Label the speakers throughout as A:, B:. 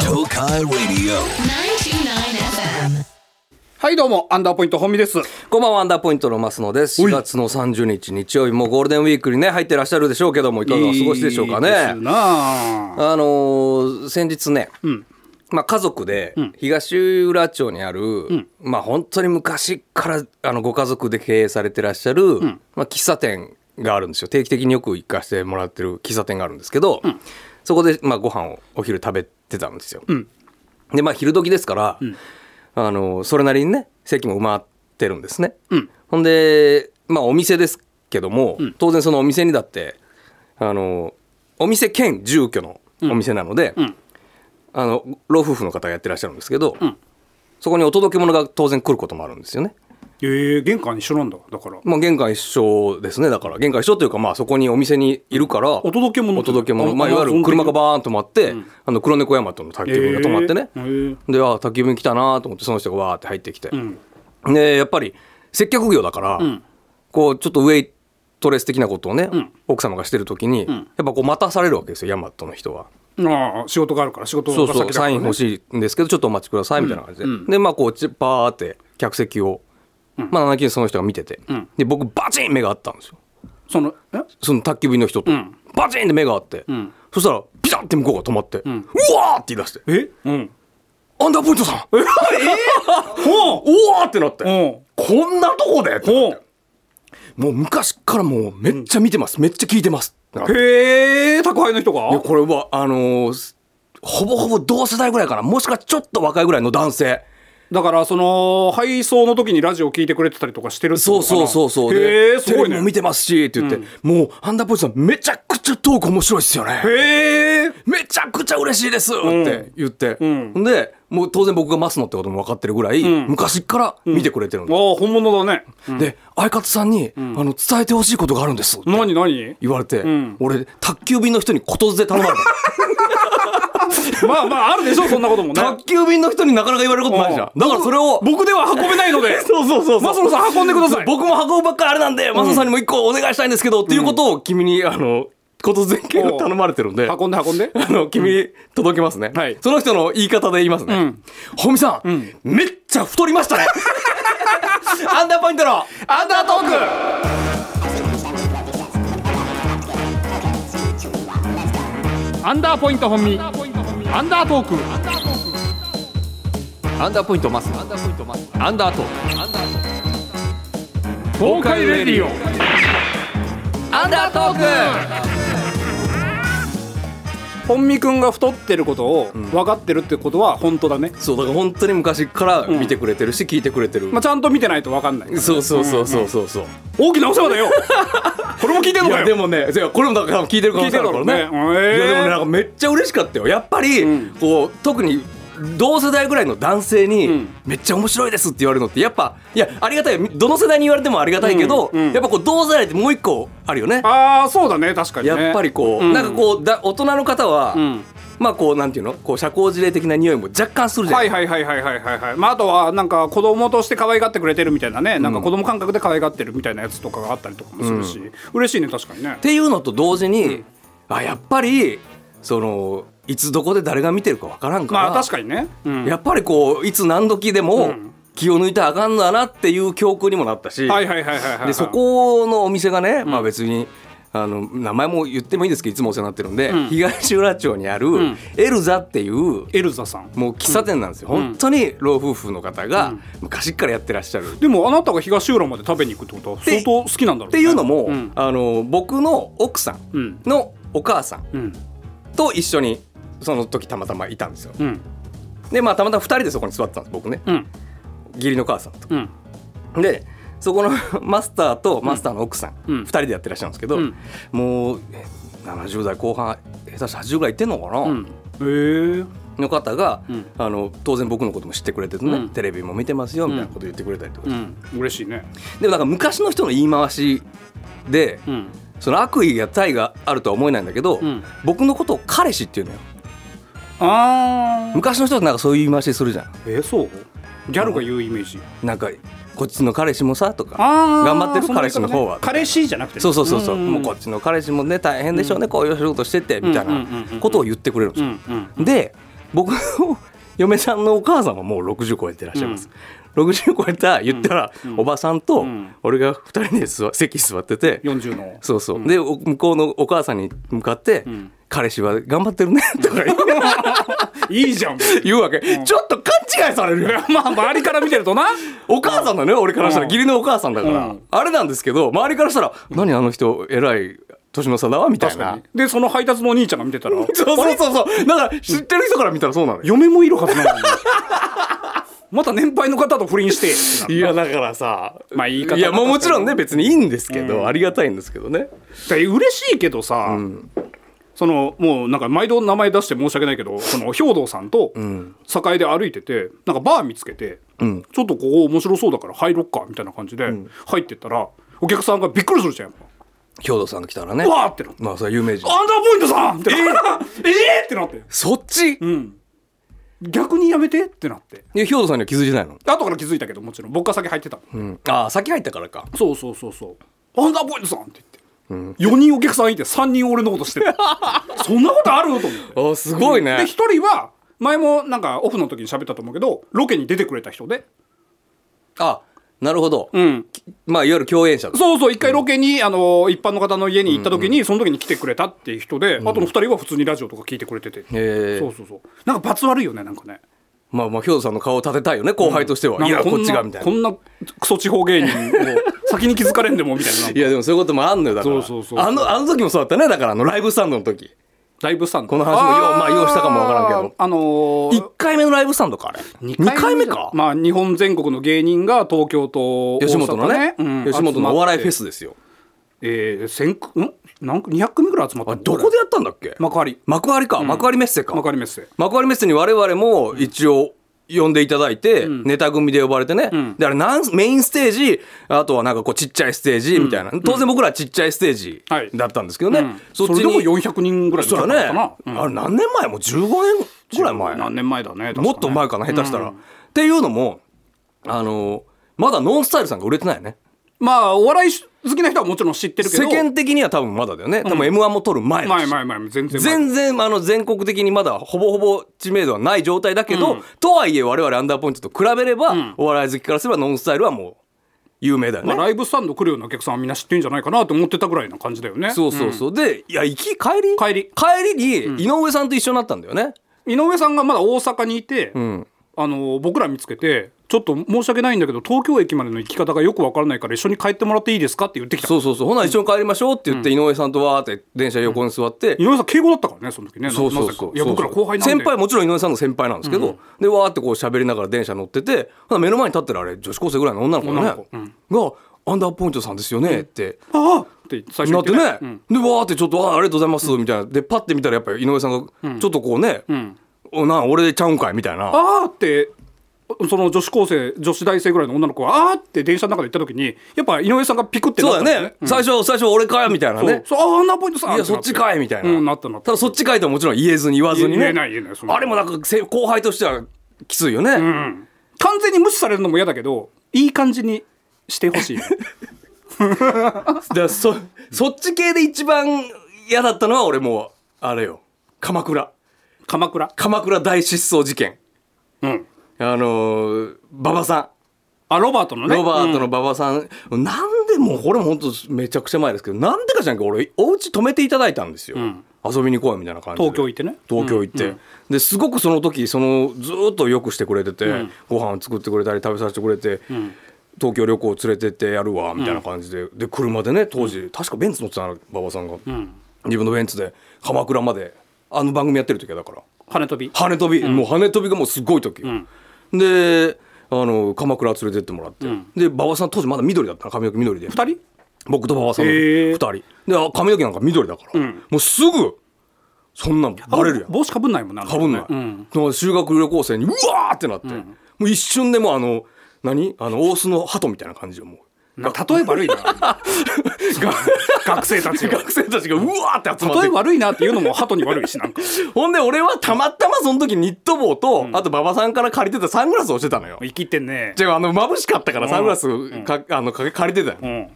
A: Sky Radio.
B: 929FM.
C: はいどうもアンダーポイント本美です
D: こんばんは、アンダーポイントの増野です。
C: おい
D: 4月の30日、日曜日、もうゴールデンウィークにね、入ってらっしゃるでしょうけども、いかがお過ごしでしょうかね。
C: いいですなあ
D: あのー先日ね、
C: ん
D: まあ、家族で東浦町にある、まあ、本当に昔からあのご家族で経営されてらっしゃる、まあ、喫茶店があるんですよ定期的によく行かせてもらってる喫茶店があるんですけど、そこで、まあ、ご飯をお昼食べてたんですよ。でまあ昼時ですから、あのそれなりにね席も埋まってるんですね。ほんでまあお店ですけども、当然そのお店にだってあのお店兼住居のお店なので、
C: ん
D: あの老夫婦の方がやってらっしゃるんですけど、そこにお届け物が当然来ることもあるんですよね。
C: えー、玄関一緒なんだだから
D: まあ、玄関一緒ですねだから玄関一緒というか、まあ、そこにお店にいるから、
C: お届け物
D: お届け物、まあ、
C: あ
D: いわゆる車が
C: ッ
D: バーンと止まって、あの黒猫大和の宅急便が止まってね、
C: えー
D: であ宅急便来たなと思ってその人がわーって入ってきて、でやっぱり接客業だから、こうちょっとウェイトレス的なことをね、奥様がしてる時に、やっぱこう待たされるわけですよ大和の人は。
C: えーああ仕事があるから仕事が
D: そうそう、
C: 先だか
D: サ
C: ら
D: イ
C: ね
D: ン欲しいんですけどちょっとお待ちくださいみたいな感じで、でまあこうちバーって客席を、まあ、7級その人が見てて、で僕バチン目が合ったんですよ
C: そのえ
D: その宅急便の人と、バチンって目が合って、そしたらピタッて向こうが止まって、うわーって言い出して
C: えうん
D: 「アンダーポイントさんえー、
C: ほう
D: うわー!」ってなって、
C: ほ
D: こんなとこでって
C: う
D: な
C: ほ
D: ってもう昔からもうめっちゃ見てます、めっちゃ聞いてますってなって
C: うへえ宅配の人が
D: いやこれはあのーすほぼほぼ同世代ぐらいかなもしくはちょっと若いぐらいの男性
C: だからその配送の時にラジオ聞いてくれてたりとかしてるってこ
D: そ
C: と
D: う
C: かな
D: そうそうそう
C: へえすごい
D: テレビ
C: ね
D: も見てますしって言って、もうアンダーポイントさんめちゃくちゃトーク面白いっすよね
C: へえ
D: めちゃくちゃ嬉しいですって言って、
C: ん
D: でもう当然僕がマスのってことも分かってるぐらい、
C: ん
D: 昔から見てくれてるん
C: あ
D: で,、
C: あ本物だね
D: で相方さんに、あの伝えてほしいことがあるんですって
C: 何何
D: 言われて、
C: ん
D: 俺宅急便の人にことずで頼まれ
C: まあまああるでしょそんなこともね
D: た宅急便の人になかなか言われることないじゃん
C: うん
D: だからそれを
C: 僕では運べないので
D: そうそうそうそう
C: マスロさん運んでください
D: 僕も運ぶばっかりあれなんで、マスロさんにも一個お願いしたいんですけど、っていうことを君に、あの、こと全件を頼まれてるんで、あ
C: 運んで運んで
D: の、君、届けますね、
C: はい
D: その人の言い方で言いますね。
C: ん
D: ほみさん,、めっちゃ太りまし たねアンダーポイントの
C: アンダートークアンダーポイント本身アンダートーク
D: アンダーポイントマスアンダーポイントマスアンダートーク
C: 東海レディオ
D: アンダートー
C: 本見くんが太ってることを分かってるってことは本当だね、
D: クそうだから本当に昔から見てくれてるし、聞いてくれてる、
C: まあ、ちゃんと見てないと分かんない
D: そうそうそうそうそうそう、
C: 大きなお世話だ よこれも聞いてん
D: い
C: のか
D: や
C: よ
D: でもねいやこれもだから聞いてる可能性あるからね
C: 聞いてるだろうねえー
D: いやでもねなんかめっちゃ嬉しかったよやっぱり、
C: うん
D: こう特に同世代ぐらいの男性に、
C: うん
D: めっちゃ面白いですって言われるのってやっぱいやありがたいよどの世代に言われてもありがたいけど、
C: うんうん
D: やっぱこう同世代ってもう一個あるよね
C: ああそうだね確かにね
D: やっぱりこう、
C: うん
D: なんかこうだ大人の方は、
C: うん
D: まあこうなんていうのこう社交辞令的な匂いも若干するじゃん、
C: はいはいはいはいはいはいはいまああとはなんか子供として可愛がってくれてるみたいなねなんか子供感覚で可愛がってるみたいなやつとかがあったりとかもするし、嬉しいね確かにね
D: っていうのと同時に、あやっぱりそのいつどこで誰が見てるかわからんから、
C: まあ確かにね、うん
D: やっぱりこういつ何時でも気を抜いてあかんのだなっていう教訓にもなったし、
C: はいはいはいはいはいはい
D: でそこのお店がね、まあ別にあの名前も言ってもいいんですけどいつもお世話になってるんで、東浦町にあるエルザっていう、
C: エルザさん
D: もう喫茶店なんですよ、本当に老夫婦の方が昔からやってらっしゃる。
C: でもあなたが東浦まで食べに行くってことは相当好きなんだろうね
D: っていうのも、
C: ん
D: あの僕の奥さ
C: うんん
D: のお母さん
C: うん
D: と一緒にその時たまたまいたんですよ。
C: うん
D: でまあたまたま2人でそこに座ってたんです僕ね
C: うん
D: 義理の母さんと。
C: うん
D: でそこの マスターとマスターの奥さん、
C: う
D: 二
C: ん
D: 2人でやってらっしゃるんですけど、
C: うん
D: もうえ70代後半下手したら80ぐらいいってんのかな、
C: うんへえ
D: の方が、
C: ん
D: あの当然僕のことも知ってくれててね、
C: うん
D: テレビも見てますよみたいなこと言ってくれたりとか、
C: うん嬉しいね
D: でもなんか昔の人の言い回しで、
C: うん
D: その悪意や対があるとは思えないんだけど、
C: うん
D: 僕のことを彼氏っていうのよ
C: ああ
D: 昔の人ってなんかそういう言い回しするじゃん
C: えそうギャルが言うイメージ
D: なんかこっちの彼氏もさとか
C: ー
D: 頑張ってる
C: そんな言
D: 彼
C: い
D: 氏
C: 方ね
D: の方はとか
C: 彼氏じゃなくてね
D: そうそうそうそう、
C: ん
D: もうこっちの彼氏もね大変でしょうね、こういう仕事しててみたい
C: うんう
D: なん
C: うんうん
D: ことを言ってくれるんです
C: う
D: よ、
C: んうん
D: で僕の 嫁さんのお母さんはもう60超えてらっしゃいます、60超えた言ったら、おばさんと俺が2人で座席座ってて、
C: 40の
D: そうそう、でお向こうのお母さんに向かって「彼氏は頑張ってるね」とか言う
C: いいじゃん
D: 言うわけ、ちょっと勘違いされるよ
C: まあ周りから見てるとな
D: お母さんだね、俺からしたら義理のお母さんだから、
C: うん
D: あれなんですけど周りからしたら「何あの人偉い年の差だわ」みたい
C: 確か
D: な
C: に。でその配達のお兄ちゃんが見てたら
D: そうそうそうそうだから知ってる人から見たらそうなのよ
C: 嫁もいるはずなのにまた年配の方と不倫して
D: いやだからさ
C: まあ言い方
D: いやもうもちろんね別にいいんですけど、ありがたいんですけどね
C: で嬉しいけどさ、そのもうなんか毎度名前出して申し訳ないけどその兵道さんと境で歩いててなんかバー見つけて、ちょっとここ面白そうだから入ろっかみたいな感じで入ってったら、お客さんがびっくりするじゃんやっ
D: 兵頭さんが来たらね
C: ぱわーってなって
D: まあそれは有名人
C: アンダーポイントさんみたいな えーってなって
D: そっち、い
C: 逆にやめてってなって
D: や兵頭さんには気づいてないの
C: 後から気づいたけどもちろん僕が先入ってたもん、
D: ああ先入ったからか
C: そうそうそうそうアンダーポイントさんって言って、4人お客さんいて3人俺のこと してるそんなことあると思って
D: ああすごい
C: で
D: ね
C: 一人は前もなんかオフの時に喋ったと思うけどロケに出てくれた人で、
D: あなるほど、
C: うん、
D: まあいわゆる共演者
C: そうそう一回ロケに、あの一般の方の家に行った時に、その時に来てくれたっていう人で、あとの二人は普通にラジオとか聞いてくれてて、
D: え
C: そうそうそうなんか罰悪いよねなんかね
D: まあまあ兵頭さんの顔を立てたいよね後輩としては、
C: なん
D: い
C: か
D: やこ
C: ん
D: っちがみたい
C: こ
D: なん
C: なクソ地方芸人を先に気づかれんでもみたいななん
D: い
C: か
D: やでもそういうこともあんのよだから
C: そうそうそう
D: あのあの時もそうだったねだからあのライブスタンドの時
C: ライブスタンド
D: この話もようまあようしたかもわからんけど
C: あの
D: 1回目のライブスタンドかあれ2回目か
C: まあ日本全国の芸人が東京と大阪
D: 吉本のね
C: うん
D: 吉本のお笑いフェ
C: 集まって
D: スですよ
C: えー、千くんなんか200組ぐらい集まっ
D: あ
C: た
D: れどこでやったんだっけ
C: 幕張
D: 幕張か幕張メッセか
C: 幕張メッセ
D: 幕張メッセに我々も一応呼んでいただいて、ネタ組で呼ばれてね、であれなんメインステージあとはなんかこうちっちゃいステージみたいな、当然僕らはちっちゃいステージ
C: はい
D: だったんですけどね、
C: そ
D: そっち
C: れ
D: に
C: でも400人ぐらい
D: そう
C: 見た
D: だ
C: の
D: ね
C: か、な
D: あれ何年前もう15年ぐらい前
C: 何年前だね確かね
D: もっと前かな下手したら、っていうのもあのまだノンスタイルさんが売れてないよね
C: まあお笑い好きな人はもちろん知ってるけ
D: 世
C: ど
D: 間的には多分まだだよね多分 m 1も取る前だし、
C: 前前前全然前
D: 全然あの全国的にまだほぼほぼ知名度はない状態だけど、とはいえ我々アンダーポイントと比べれば、お笑い好きからすればノンスタイルはもう有名だよね。
C: まあ、ライブスタンド来るようなお客さんはみんな知ってんじゃないかなと思ってたぐらいな感じだよね
D: そうそうそう、でいや行き帰り
C: 帰り
D: に井上さんと一緒になったんだよね。
C: 井上さんがまだ大阪にいて、
D: ん
C: あの僕ら見つけてちょっと申し訳ないんだけど東京駅までの行き方がよくわからないから一緒に帰ってもらっていいですかって言ってきた
D: そうそうそうほな一緒に帰りましょうって言って、井上さんとわーって電車横に座って、
C: 井上さん敬語だったからねその時ねな
D: そうそうそう
C: なぜかいや僕ら後輩なんで
D: 先輩もちろん井上さんの先輩なんですけど、でわーってこう喋りながら電車乗っててほな目の前に立ってるあれ女子高生ぐらいの女の子だ
C: 女
D: ね
C: の子
D: が「アンダーポイントさんですよね」って
C: ああって最初
D: な
C: に言
D: っ
C: ってて
D: ね、
C: うん
D: でわーってちょっと「あーありがとうございます」みたいなでパッて見たらやっぱり井上さんがちょっとこうね「おな俺ちゃうんかい」みたいな
C: あーってその女子高生女子大生ぐらいの女の子があーって電車の中で言った時にやっぱ井上さんがピクってなっ
D: そ
C: た
D: うんだ
C: だよ
D: よね、最初最初俺かみたいなね
C: そうそうあーアンダーポイントさん
D: いやそっちかいみたいな、
C: うんなったなった
D: だそっちかいとはもちろん言えずに言わずに
C: 言
D: ね
C: えない言えないそんな
D: あれもなんかせ後輩としてはきついよね、
C: 完全に無視されるのも嫌だけどいい感じにしてほ しい
D: だからそそっち系で一番嫌だったのは俺もうあれよ鎌倉
C: 鎌倉
D: 鎌倉大失踪事件
C: うん
D: あのー馬場さ
C: あロバートの
D: ん
C: ね
D: ロバート
C: うん
D: の馬場さん、なんでもうこれも本当めちゃくちゃ前ですけどなんでかじゃんけど俺お家泊めていただいたんですよ、遊びに来いみたいな感じで
C: 東京行ってね
D: 東京行って、ですごくその時そのずーっとよくしてくれてて、ご飯作ってくれたり食べさせてくれて、東京旅行連れてってやるわみたいな感じで、で車でね当時確かベンツ乗ってたの馬場さんが、自分のベンツで鎌倉まであの番組やってる時はだから
C: 羽飛び
D: 跳ね飛び、もう跳ね飛びがもうすごい時よ、であの鎌倉連れてってもらって、で馬場さん当時まだ緑だったの髪の毛緑で
C: 二人
D: 僕と馬場さんの
C: へー
D: 2人であ髪の毛なんか緑だから、もうすぐそんなんバレるやん
C: 帽子かぶんないもんな
D: かぶんない、だから修学旅行生にうわーってなって、もう一瞬でもうあの何あの大須の鳩みたいな感じよもう
C: な例え悪いな学生たちが
D: 学生たちがうわーって集まって
C: 例え悪いなっていうのも鳩に悪いしなんか
D: ほんで俺はたまたまその時ニット帽と、あと馬場さんから借りてたサングラスをしてたのよ
C: 生きてんね
D: じゃああの眩しかったからサングラスか、あのか借りてた
C: う
D: よ、
C: ん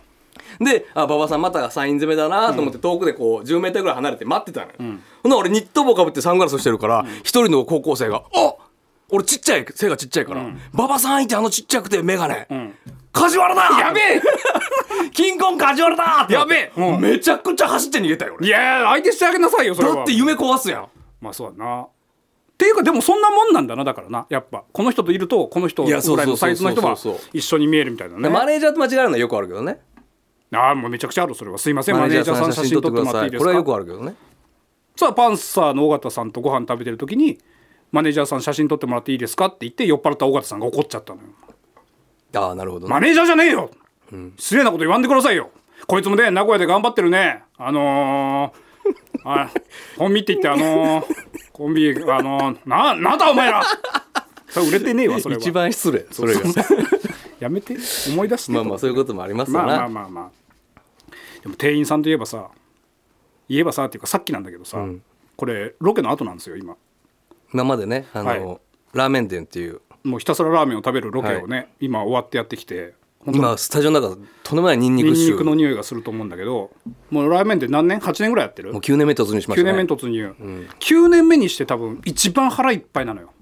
D: であ馬場さんまたサイン攻めだなと思って遠くでこう 10m ぐらい離れて待ってたのよ、ほんなら俺ニット帽かぶってサングラスしてるから一、人の高校生が「あ俺ちっちゃい背がちっちゃいから、馬場さんいてあのちっちゃくて眼鏡、梶原だやべえ キンコン梶原だ
C: やべえうん
D: めちゃくちゃ走って逃げたよ
C: い
D: 俺
C: やー相手してあげなさいよそれは
D: だって夢壊すやん
C: まあそうだなっていうかでもそんなもんなんだなだからなやっぱこの人といるとこの人
D: い
C: ぐら
D: やそう
C: い
D: そ
C: の
D: うそ
C: サイ
D: う
C: ズ
D: そ
C: の
D: う
C: 人は
D: そうそう
C: 一緒に見えるみたいなね
D: マネージャーと間違えるのはよくあるけどね
C: ああもうめちゃくちゃあるそれはすいませんマネージャーさん写真撮ってもらっていいです
D: これ
C: か
D: はよくあるけどね
C: さあパンサーの尾形さんとご飯食べてる時にマネージャーさん写真撮ってもらっていいですかって言って酔っ払った尾形さんが怒っちゃったのよ
D: ああなるほどね、
C: マネージャーじゃねえよ、失礼なこと言わんでくださいよこいつもね名古屋で頑張ってるねあのー、あコンビって言ってあのー、コンビあのー、ななんだお前らそれ売れてねえわ それは
D: 一番失礼それが
C: やめて思い出して
D: まあまあそういうこともあります
C: ま
D: わ
C: あ
D: な、
C: まあまあまあでも店員さんといえばさ言えばさっていうかさっきなんだけどさ、これロケの後なんですよ今
D: 今までねあの、
C: はい
D: ラーメン店っていう
C: もうひたすらラーメンを食べるロケをね、今終わってやってきて本当
D: 今スタジオの中とんでもないニンニ
C: ニ
D: ク
C: ンニ
D: 臭
C: クの匂いがすると思うんだけどもうラーメンで何年8年ぐらいやってる
D: もう9年目突入しまし
C: 9
D: た
C: 年目
D: ね
C: に突入、9年目にして多分一番腹いっぱいなのよ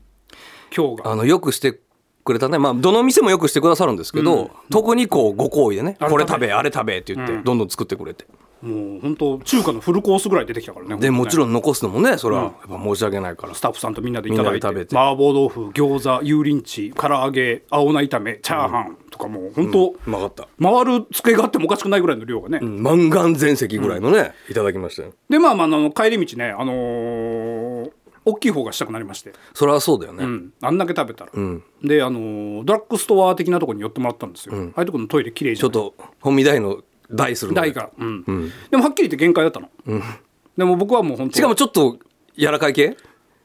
C: 今日が
D: あのよくしてくれたねまあどの店もよくしてくださるんですけど、特にこうご好意でね
C: あれ食べ
D: これ食べあれ食べって言って、どんどん作ってくれて
C: もう本当中華のフルコースぐらい出てきたからね
D: でもち
C: ん
D: ろん残すのもねそれはやっぱ申し訳ないから、
C: スタッフさんとみんなでいただいて
D: みんなで食べて
C: 麻婆豆腐餃子油淋鶏唐揚げ青菜炒めチャーハンとかもう本当、
D: うまかった
C: 回る机があってもおかしくないぐらいの量がね、
D: 満願全席ぐらいのね、いただきましたよ
C: でまあまああの帰り道ねあのー大きい方がしたくなりまして、
D: それはそうだよね、
C: うん、あんだけ食べたら、であのードラッグストア的なところに寄ってもらったんですよ、ああいうとこのトイレ綺麗じ
D: ちょ
C: ゃ
D: っ
C: ん
D: と本見台の台するの
C: 台が、うんでもはっきり言って限界だったの、でも僕はもう本当
D: しかもちょっと柔らかい系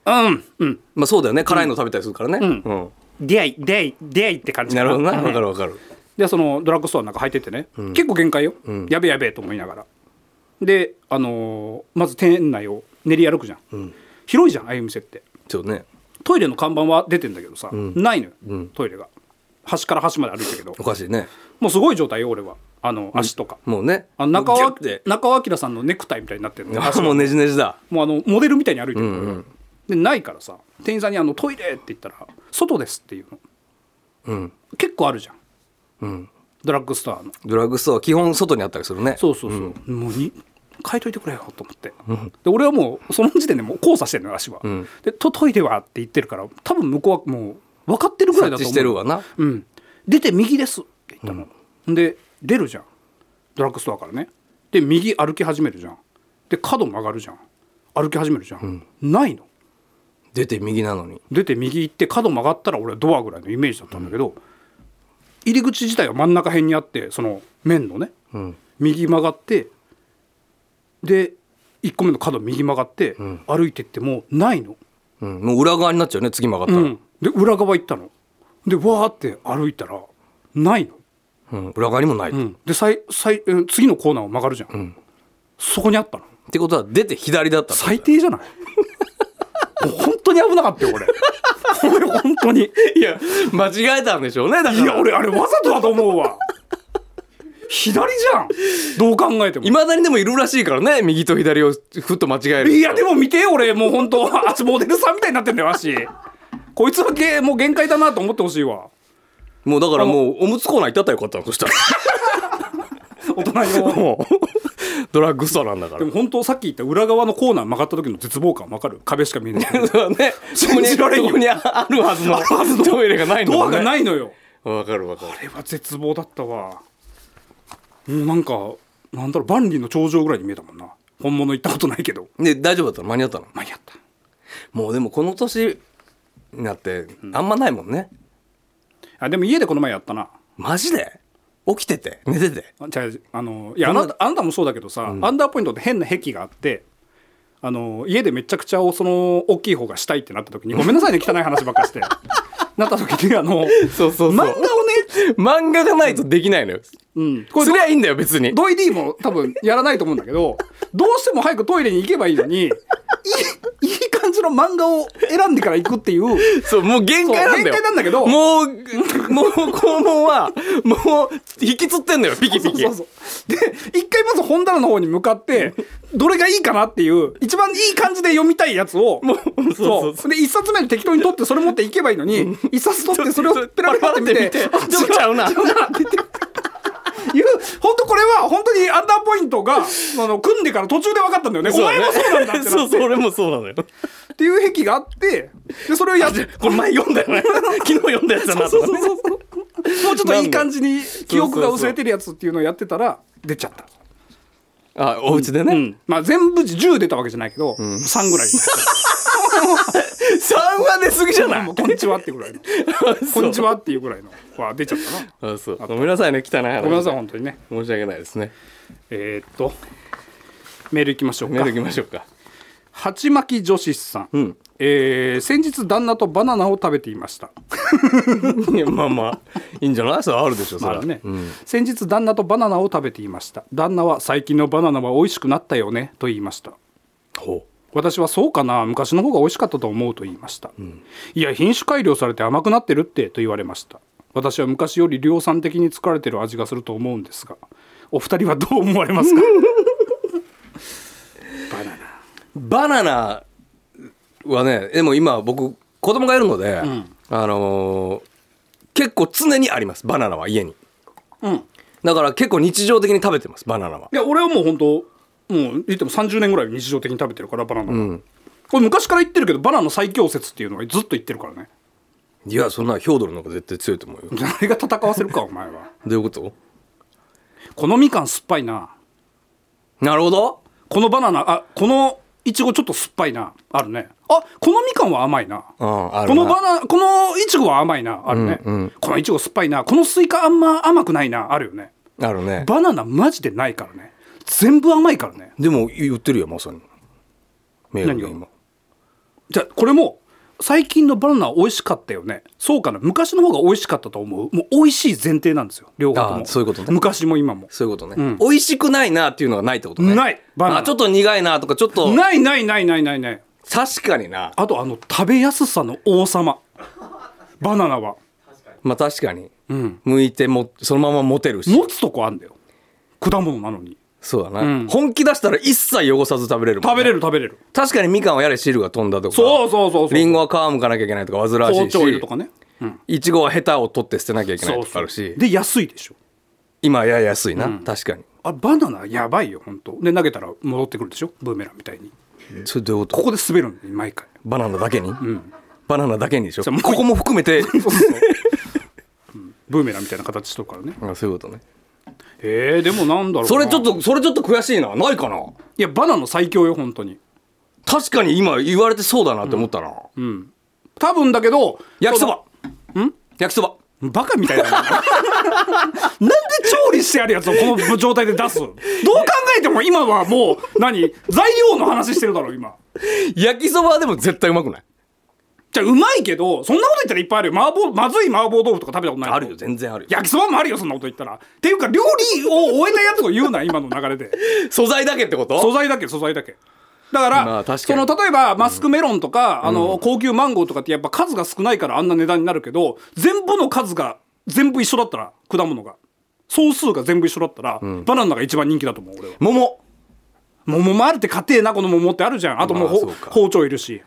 C: うんうん
D: まあそうだよね辛いの食べたりするからねうん、
C: 出会い出会い出会いって感じ
D: なるほどな
C: うん
D: わかるわかる
C: でそのドラッグストアの中入ってってね、結構限界よ、やべえやべえと思いながらであのーまず店内を練り歩くじゃん、広いじゃんああいう店って
D: ちょっとね
C: トイレの看板は出てんだけどさ、ないのよ、トイレが端から端まで歩いたけど
D: おかしいね
C: もうすごい状態よ俺はあの足とか、
D: もうね
C: あの中
D: ギュ
C: 尾
D: ッて
C: 中尾明さんのネクタイみたいになって るの足が
D: もうねじねじだ
C: もうあのモデルみたいに歩いてる、でないからさ店員さんにあの「トイレ」って言ったら「外です」っていうの、結構あるじゃん、ドラッグストアの
D: ドラッグストアは基本外にあったりするね
C: そうそうそう、もうに変えといてくれよと思って、で俺はもうその時点でもう交差してるのよ足は、でとトイレはって言ってるから多分向こうはもう分かってるぐらいだ
D: 察
C: と思
D: 知
C: う
D: してるわな
C: うん、出て右ですって言ったの、で出るじゃんドラッグストアからねで右歩き始めるじゃんで角曲がるじゃん歩き始めるじゃん、ないの
D: 出て右なのに
C: 出て右行って角曲がったら俺はドアぐらいのイメージだったんだけど、入り口自体は真ん中辺にあってその面のね、右曲がってで1個目の角右曲がって、歩いてってもないの、
D: うんもう裏側になっちゃうね次曲がったら
C: で裏側行ったのでわーって歩いたらないの、
D: うん裏側にもない
C: うん
D: っ
C: でさいさいうん次のコーナーを曲がるじゃん、そこにあったの
D: てことは出て左だったってことだ
C: 最低じゃない もう本当に危なかったよ俺俺本当に
D: いや間違えたんでしょうねだ
C: い
D: か
C: や
D: ら
C: 俺あれわざとだと思うわ左じゃんどう考えても
D: いまだにでもいるらしいからね右と左をふっと間違える
C: いやでも見て俺もう本当足モデルさんみたいになってんだよ足こいつはげもう限界だなと思ってほしいわ
D: もうだからもうおむつコーナー行ったったらよかったのそしたら
C: 大人用
D: もう ドラッグストアなんだか
C: で
D: ら
C: も本当さっき言った裏側のコーナー曲がった時の絶望感わかる壁しか見え ない
D: そうねそこ
C: 信
D: に
C: じられんよ
D: そこにあるはずのトイレがないの
C: ドアがないいのよ
D: わかるわかる
C: あれは絶望だったわもうなんかなんだろう万里の頂上ぐらいに見えたもんな本物行ったことないけど
D: で大丈夫だったの間に合ったの
C: まあやった
D: もうでもこの年になってあんまないもんね、
C: あでも家でこの前やったな
D: マジで起きてて寝てて
C: じゃああのいやあなたあなたもそうだけどさ、アンダーポイントって変な癖があってあの家でめちゃくちゃその大きい方がしたいってなった時にごめんなさいね汚い話ばっか してなった時にあの
D: そうそうそう
C: 漫画をね、
D: 漫画がないとできないのよ、
C: うん、これ
D: そりゃいいんだよ別に
C: ドイ D も多分やらないと思うんだけどどうしても早くトイレに行けばいいのにいいいい感じじの漫画を選んでから行くっていう
D: そう、もう限界なんだ
C: そう限
D: よ。
C: 界なんだけど
D: もう、もう、肛門は、もう、引きつってんだよ、ピキピキ。
C: そうそうそうで一回まず本棚の方に向かってどれがいいかなっていう一番いい感じで読みたいやつをもう
D: そうそう
C: で一冊目に適当に取ってそれ持っていけばいいのに一冊取ってそれをペラペラって見て
D: ペラペラ
C: あ
D: って見てちょっとちゃうな
C: 違うなって言っていう本当これは本当にアンダーポイン トがあの組んでから途中で分かったんだよねお前もそうなんだってなって
D: そう、それもそうなのよ。
C: っていう癖があってでそれをやって
D: これ前読んだよね。 昨日読んだやつだなと
C: そう
D: か
C: そう
D: ね。
C: そうそう。もうちょっといい感じに記憶が薄れてるやつっていうのをやってたら出ちゃった。
D: あ、お家で
C: う
D: ね。
C: ん。まあ全部10出たわけじゃないけど、3ぐらい。
D: 3は出過ぎじゃな い
C: もうこんにちはっていうぐらいの。こんにちはっていうぐらいのは出ちゃったな。
D: あそうごめんなさいね、汚い話。
C: ごめんなさい本当にね。
D: 申し訳ないですね。
C: えーっとメールいきましょう
D: メー
C: か
D: ル。行きましょうか。
C: 鉢巻き女子さん。
D: ん
C: えー先日旦那とバナナを食べていました。
D: いやまあまあ、いいんじゃないそれはあるでしょ、それ
C: ま
D: は
C: あ。ね先日旦那とバナナを食べていました旦那は最近のバナナは美味しくなったよねと言いました
D: ほ
C: 私はそうかな昔の方が美味しかったと思うと言いました、いや品種改良されて甘くなってるってと言われました私は昔より量産的に作られてる味がすると思うんですがお二人はどう思われますかバナナ
D: うバナナはね、でも今僕、子供がいるので、あのー結構常にあります、バナナは家に。
C: うんい
D: だから結構日常的に食べてます、バナナは。
C: や俺はもう本当もう言っても30年ぐらい日常的に食べてるからバナナは、これ昔から言ってるけどバナナの最強説っていうのはずっと言ってるからね
D: いや、そんなヒョードルの方が絶対強いと思うよ。
C: 誰が戦わせるかお前は
D: どういうこと
C: このみかん酸っぱいな
D: なるほど。
C: このバナナあこのいちごちょっと酸っぱいなあるねあこのみかんは甘いな
D: うん、あるな
C: このバナこのいちごは甘いなあるね、このいちご酸っぱいなこのスイカあんま甘くないなあるよね
D: あるね。
C: バナナマジでないからね全部甘いからね
D: でも言ってるよ、まさに。メールで
C: 何
D: 今
C: が。じゃあこれも最近のバナナは美味しかったよねそうかな昔の方が美味しかったと思うもう美味しい前提なんですよ両方と
D: あー
C: も
D: そういうことね
C: 昔も今も
D: そういうことね、美味しくないなっていうのはないってことね。
C: ないバナナ
D: あ、ちょっと苦いなとか、ちょっと。
C: ないないないないないない
D: 確かにな。
C: あとあの食べやすさの王様バナナは
D: まあ確かに。向いても、そのまま持てるし。
C: 持つとこあんだよ果物なのに
D: そうだな、
C: うん
D: 本気出したら一切汚さず食べれるもん
C: 食
D: ね、
C: べれる食べれる
D: 確かにみかんはやれ汁が飛んだとか。
C: そうそうそうそう
D: リンゴは皮むかなきゃいけないとか、煩わし
C: 包
D: い
C: 丁入れと
D: し。
C: かねうん
D: いちごはヘタを取って捨てなきゃいけない
C: そう
D: とかあるし。
C: そうで安いでしょ
D: 今やや安いな、確かに
C: あバナナやばいよ本当で投げたら戻ってくるでしょブーメランみたいに
D: それどういうこと
C: ここで滑るのに 毎回
D: バナナだけに、バナナだけにでしょ
C: そうもう
D: ここも含めて
C: そうそうそう、うんブーメランみたいな形しとくからね
D: あそういうことね
C: えー、でもなんだろうな
D: それちょっとそれちょっと悔しいなないかない
C: やバナナ最強よ本当に
D: 確かに今言われてそうだなって思ったな、
C: 多分だけど
D: 焼きそば焼きそば
C: バカみたいだななんで調理してあるやつをこの状態で出すどう考えても今はもう何材料の話してるだろ今
D: 焼きそばはでも絶対うまくない
C: じゃあうまいけどそんなこと言ったらいっぱいあるよ麻婆まずい麻婆豆腐とか食べたことないの
D: あるよ全然あるよ
C: 焼きそばもあるよそんなこと言ったらっていうか料理を終えたやつを言うな今の流れで
D: 素材だけってこと
C: 素材だけ素材だけだから,、
D: まあ確か
C: そ
D: に
C: の例えばマスクメロンとか、あの高級マンゴーとかってやっぱ数が少ないからあんな値段になるけど全部の数が全部一緒だったら果物が総数が全部一緒だったら、バナナが一番人気だと思う俺は
D: 桃
C: 桃もあるって家庭なこの桃ってあるじゃんあともう,、
D: まあそうか
C: 包丁いるし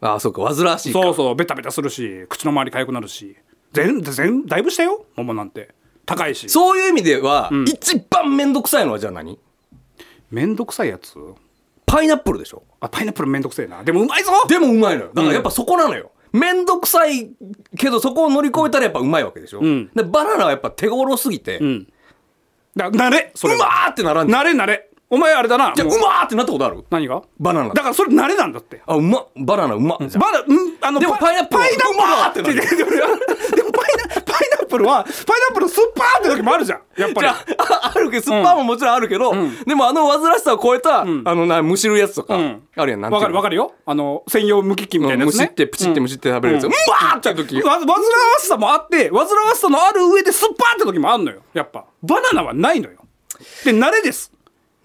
D: ああそうか煩わしいか
C: そうそうベタベタするし口の周り痒くなるし全然だいぶしたよ桃なんて高いし
D: そういう意味では、一番面倒くさいのはじゃあ何
C: めんどくさいやつ
D: パイナップルでしょ
C: あパイナップルめんどくせえなでもうまいぞ
D: でもうまいのよだからやっぱそこなのよ面倒くさいけどそこを乗り越えたらやっぱうまいわけでしょ、
C: ん
D: でバナナはやっぱ手頃すぎて、う
C: だなれそれ
D: ま
C: は
D: ーってならんじゃん
C: なれなれお前あれだな
D: じゃあ
C: もう
D: うまーってなったことある
C: 何が
D: バナナ
C: だからそれ慣れなんだって
D: あうまバナナうまじゃ
C: まだうんあの
D: でもパイナップルは
C: パイナップルは
D: うまー
C: ってでもパイナパイナップルはパイナップルスッパーって時もあるじゃんやっぱり
D: あああるけどスッパーももちろんあるけど、でもあの煩わしさを超えた、あのなむしるやつとか、
C: うん
D: あるやんなんて
C: わかるわか
D: る
C: るよあの専用むき器みたいなや
D: む
C: つ
D: しっ
C: ね
D: てプチってむしって食べるやつ、う
C: うん
D: まーって時
C: わ煩わしさもあって煩わしさのある上でスッパーって時もあんのよやっぱバナナはないのよで慣れです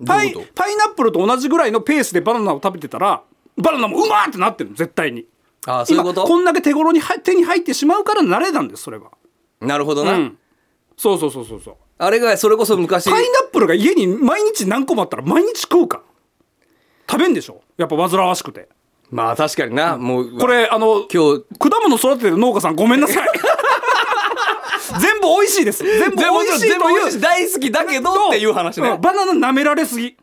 C: パイ
D: どういうこと
C: パイナップルと同じぐらいのペースでバナナを食べてたらバナナもうまーってなってるの絶対に
D: あーそういうこと
C: 今んだけ手頃には手に入ってしまうから慣れたんですそれは
D: なるほど
C: う
D: な、
C: んそうそうそうそうそう
D: あれがそれこそ昔
C: パイナップルが家に毎日何個もあったら毎日食うか食べんでしょやっぱ煩わしくて
D: まあ確かにな、もう
C: これあの
D: 今日
C: 果物育ててる農家さんごめんな さい全部美味しいです全部美味しい
D: 全部
C: と
D: 美
C: い
D: 味し
C: う
D: い大好きだけどっていう話ね
C: んバナナ舐められすぎ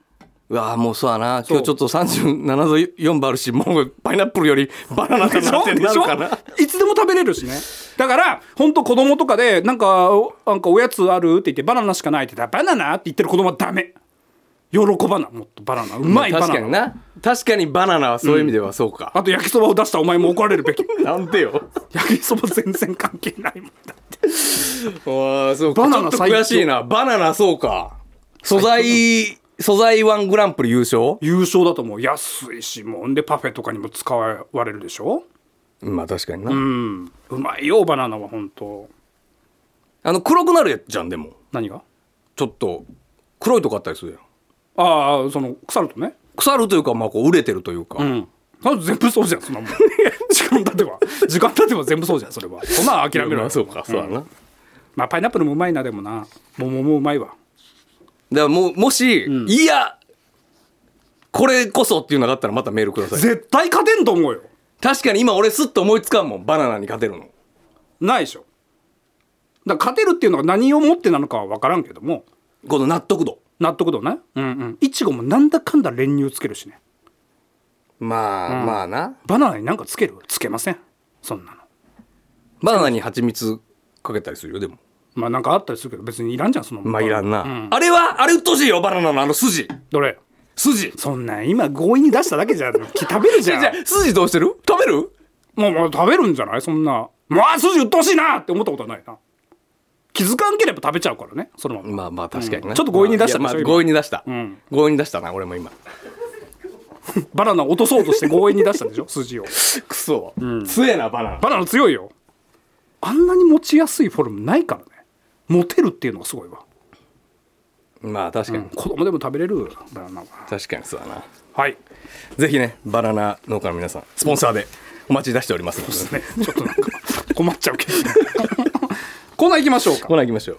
D: うわあもうそうやな今日ちょっと37度4分あるしもうパイナップルよりバナナか
C: でし
D: な
C: ょ
D: って
C: で
D: な
C: し
D: る
C: ょ
D: かない
C: つでも食べれるしねだから本当子供とかでなんかおなんかおやつあるって言ってバナナしかないって言ったらバナナって言ってる子供はダメ喜ばなもっとバナナうまいバ
D: 確か
C: ナ
D: に
C: ナ
D: な確かにバナナはそういう意味ではそうか、
C: あと焼きそばを出したお前も怒られるべき
D: なんてよ
C: 焼きそば全然関係ないもんだって
D: わあそうか
C: バナ
D: ちょ
C: ナ
D: っと
C: 最強
D: 悔しいなバナナそうか素材素材ワングランプリ優勝
C: 優勝だともう安いしもうんでパフェとかにも使われるでしょ
D: まあ確かにな、
C: うんうまいよバナナは本当
D: あの黒くなるやつじゃんでも
C: 何が
D: ちょっと黒いとこあったりするやん
C: ああその腐るとね
D: 腐るというかまあこう売れてるというか、
C: うんあ全部そうじゃんそんな もん時間経てば時間経てば全部そうじゃんそれはそんなん諦めろよ
D: まあそうかそうだな、
C: んまあパイナップルもうまいなでもな桃もうまいわ
D: だからもうもし、いやこれこそっていうのがあったらまたメールください
C: 絶対勝てんと思うよ
D: 確かに今俺すっと思いつかんもんバナナに勝てるの
C: ないでしょだから勝てるっていうのが何をもってなのかは分からんけども
D: この納得度
C: 納得度ねうんうんいちごもなんだかんだ練乳つけるしね
D: まあ、まあな
C: バナナになんかつけるつけませんそんなの
D: バナナに蜂蜜かけたりするよでも
C: まあなんかあったりするけど別にいらんじゃんその
D: まあいらんな、
C: うん
D: あれはあれうっとうしいよバナナのあの筋
C: どれ
D: 筋
C: そんなん今強引に出しただけじゃん食べるじゃん
D: じゃあ筋どうしてる食べる
C: もうもう食べるんじゃないそんなまあ筋うっとうしいなって思ったことはないな気づかんければ食べちゃうからねそのまま、
D: まあまあ確かにな、
C: うんちょっと強引に出したでしょ
D: まあいやま
C: 今
D: あ強引に出した、
C: ん
D: 強引に出したな俺も今
C: バナナ落とそうとして強引に出したでし ょ筋を
D: くそ、強えなバナナ
C: バナナ強いよあんなに持ちやすいフォルムないからね持てるっていうのがすごいわ、
D: まあ確かに、
C: 子供でも食べれるバナナは
D: 確かにそうだな
C: はい
D: ぜひねバナナ農家の皆さんスポンサーでお待ち出しておりますので
C: ねちょっとなんか困っちゃうけどコーナー行きましょうか
D: コーナー行きましょう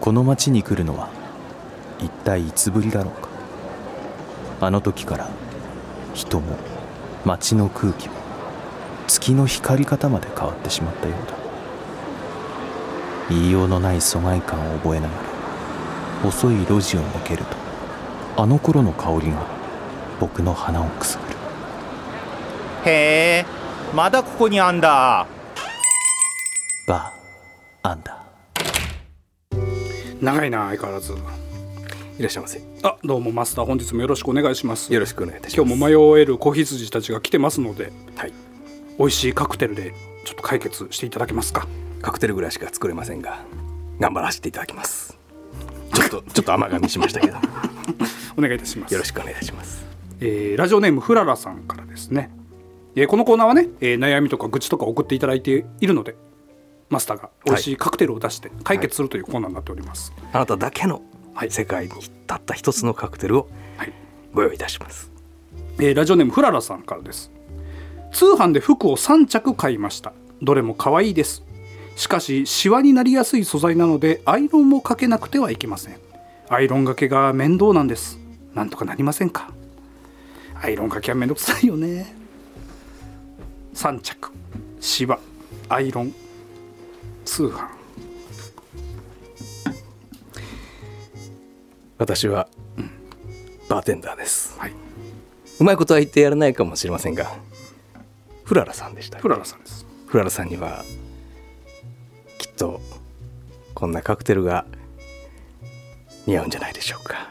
A: この町に来るのは一体いつぶりだろうかあの時から人も町の空気も月の光り方まで変わってしまったようだ言いようのない疎外感を覚えながら細い路地を抜けるとあの頃の香りが僕の鼻をくすぐる
E: へえまだここにあんだ
A: バーアンダー
C: 長いな相変わらず
D: いらっしゃいませ
C: あどうもマスター本日もよろしくお願いします
D: よろしくお願いいたし
C: 今
D: ます
C: 日も迷える子羊たちが来てますので
D: はい
C: 美味しいカクテルでちょっと解決していただけますか
D: カクテルぐらいしか作れませんが頑張らせていただきますちょっとちょっと甘噛みしましたけどよ
C: お願いいたします
D: ろしくお願いします
C: えーラジオネームフララさんからですね、えーこのコーナーはね、えー悩みとか愚痴とか送っていただいているのでマスターが美味しいカクテルを出して解決するというコーナーになっております
D: あなただけの世界にたった一つのカクテルを
C: はい、
D: ご用意いたします
C: えーラジオネームフララさんからです通販で服を3着買いましたどれも可愛いですしかしシワになりやすい素材なのでアイロンもかけなくてはいけませんアイロンがけが面倒なんですなんとかなりませんかアイロンかけは面倒くさいよね3着シワアイロン通販
D: 私は、バーテンダーです、
C: はいう
D: まいことは言ってやらないかもしれませんがフララさんでした
C: フララさんです
D: フララさんにはきっとこんなカクテルが似合うんじゃないでしょうか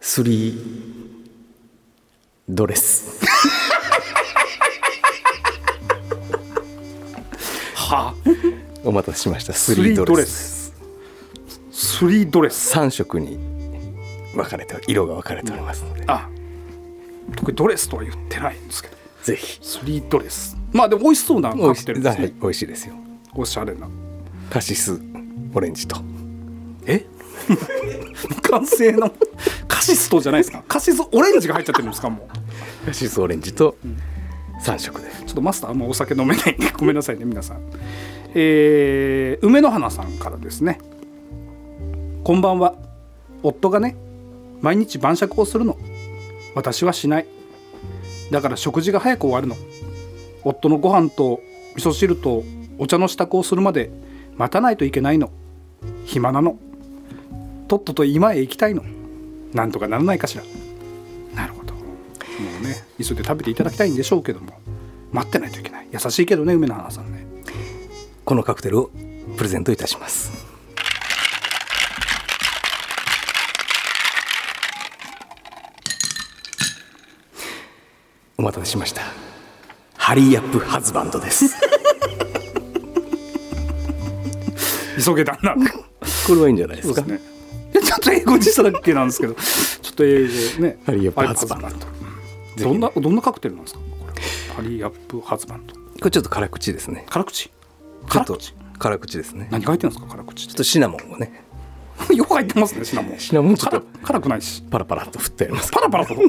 D: スリードレス
C: は
D: お待たせしました
C: ス
D: スリ
C: リ
D: ー
C: ー
D: ド
C: ド
D: レ
C: レ
D: ス
C: ススリードレス
D: 3色に分かれて色が分かれておりますので
C: あ特にドレスとは言ってないんですけど
D: ぜひ
C: スリードレスまあでも美味しそうな
D: 美
C: カ
D: 味
C: ク
D: し
C: テルです
D: は
C: ね
D: い美味しいですよ
C: おしゃれな
D: カシスオレンジと
C: え完成のカシスとじゃないですかカシスオレンジが入っちゃってるんですかもう
D: カシスオレンジと3色で
C: ちょっとマスターあんまお酒飲めないんでごめんなさいね皆さんえー梅の花さんからですねこんばんは夫がね毎日晩酌をするの私はしないだから食事が早く終わるの夫のご飯と味噌汁とお茶の支度をするまで待たないといけないの暇なのとっとと今へ行きたいのなんとかならないかしらなるほどもうね急いで食べていただきたいんでしょうけども待ってないといけない優しいけどね梅の花さんね
D: このカクテルをプレゼントいたしますお待たせしましたハリーアップハズバンドです
C: 急げだな
D: これはいいんじゃないで
C: そう
D: す
C: で
D: か
C: すねいやちょっと英語にしただけなんですけどちょっと英語ね
D: ハリーアップハズバンド
C: ハズバンドどんなどんなカクテルなんですかこれハリーアップハズバンド
D: これちょっと辛口ですね
C: 辛口
D: ちょ
C: 辛
D: っと
C: 口
D: 辛口ですねちょ
C: 何書いてるんですか辛口っ
D: っとシナモンをね
C: て よく入ってますねシナモン
D: シナモンちょっと
C: 辛辛くないし
D: パラパラっと振ってあります
C: パラパラと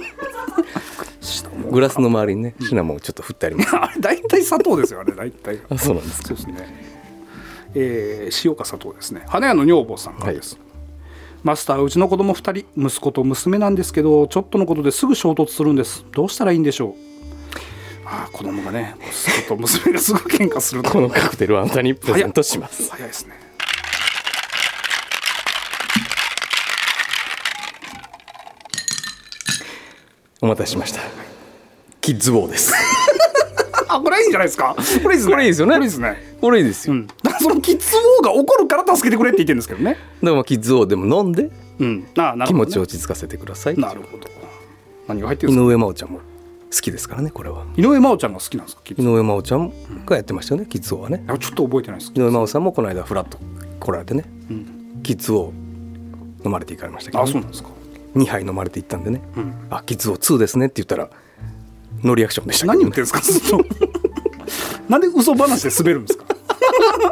D: グラスの周りにねシナモンをちょっと振ってあります
C: あれ大体砂糖ですよあれ大体
D: あそうなんです
C: そうですね。えー、塩か砂糖ですね。花屋の女房さんからです。マスターうちの子供2人息子と娘なんですけどちょっとのことですぐ衝突するんですどうしたらいいんでしょうああ子供がね息子と娘がすぐ喧嘩すると
D: このカクテルをあなたにプレゼントします
C: 早いですね
D: お待たせしましたキッズウォーです
C: あこれいいんじゃないですかこれいいですね
D: これいいですよね
C: これいいですね
D: これいいです
C: う
D: よ、
C: んだからそのキッズ王が怒るから助けてくれって言ってるんですけどね
D: でもキッズウォーでも飲んで
C: うんああなる
D: 気
C: ほど、ね、
D: 持ちを落ち着かせてください
C: なるほど何が入ってる
D: 井
C: んです
D: 上真央ちゃんも好きですからねこれは
C: か井上真央ちゃんが好きなんですかキッ
D: 井
C: ズ
D: 上真央ちゃんがやってましたよねキッズ王はね
C: あちょっと覚えてないです
D: 井上真央さんもこの間フラッと来られてね、キッズ王飲まれていかれましたけど、
C: あ
D: ね、
C: そうなんですか
D: 2杯飲まれていったんでね「あキッズ王2ですね」って言ったらノーリアクションでしたけど
C: 何
D: ね、
C: 言ってるんですか ずっとなんで嘘話で滑るんですか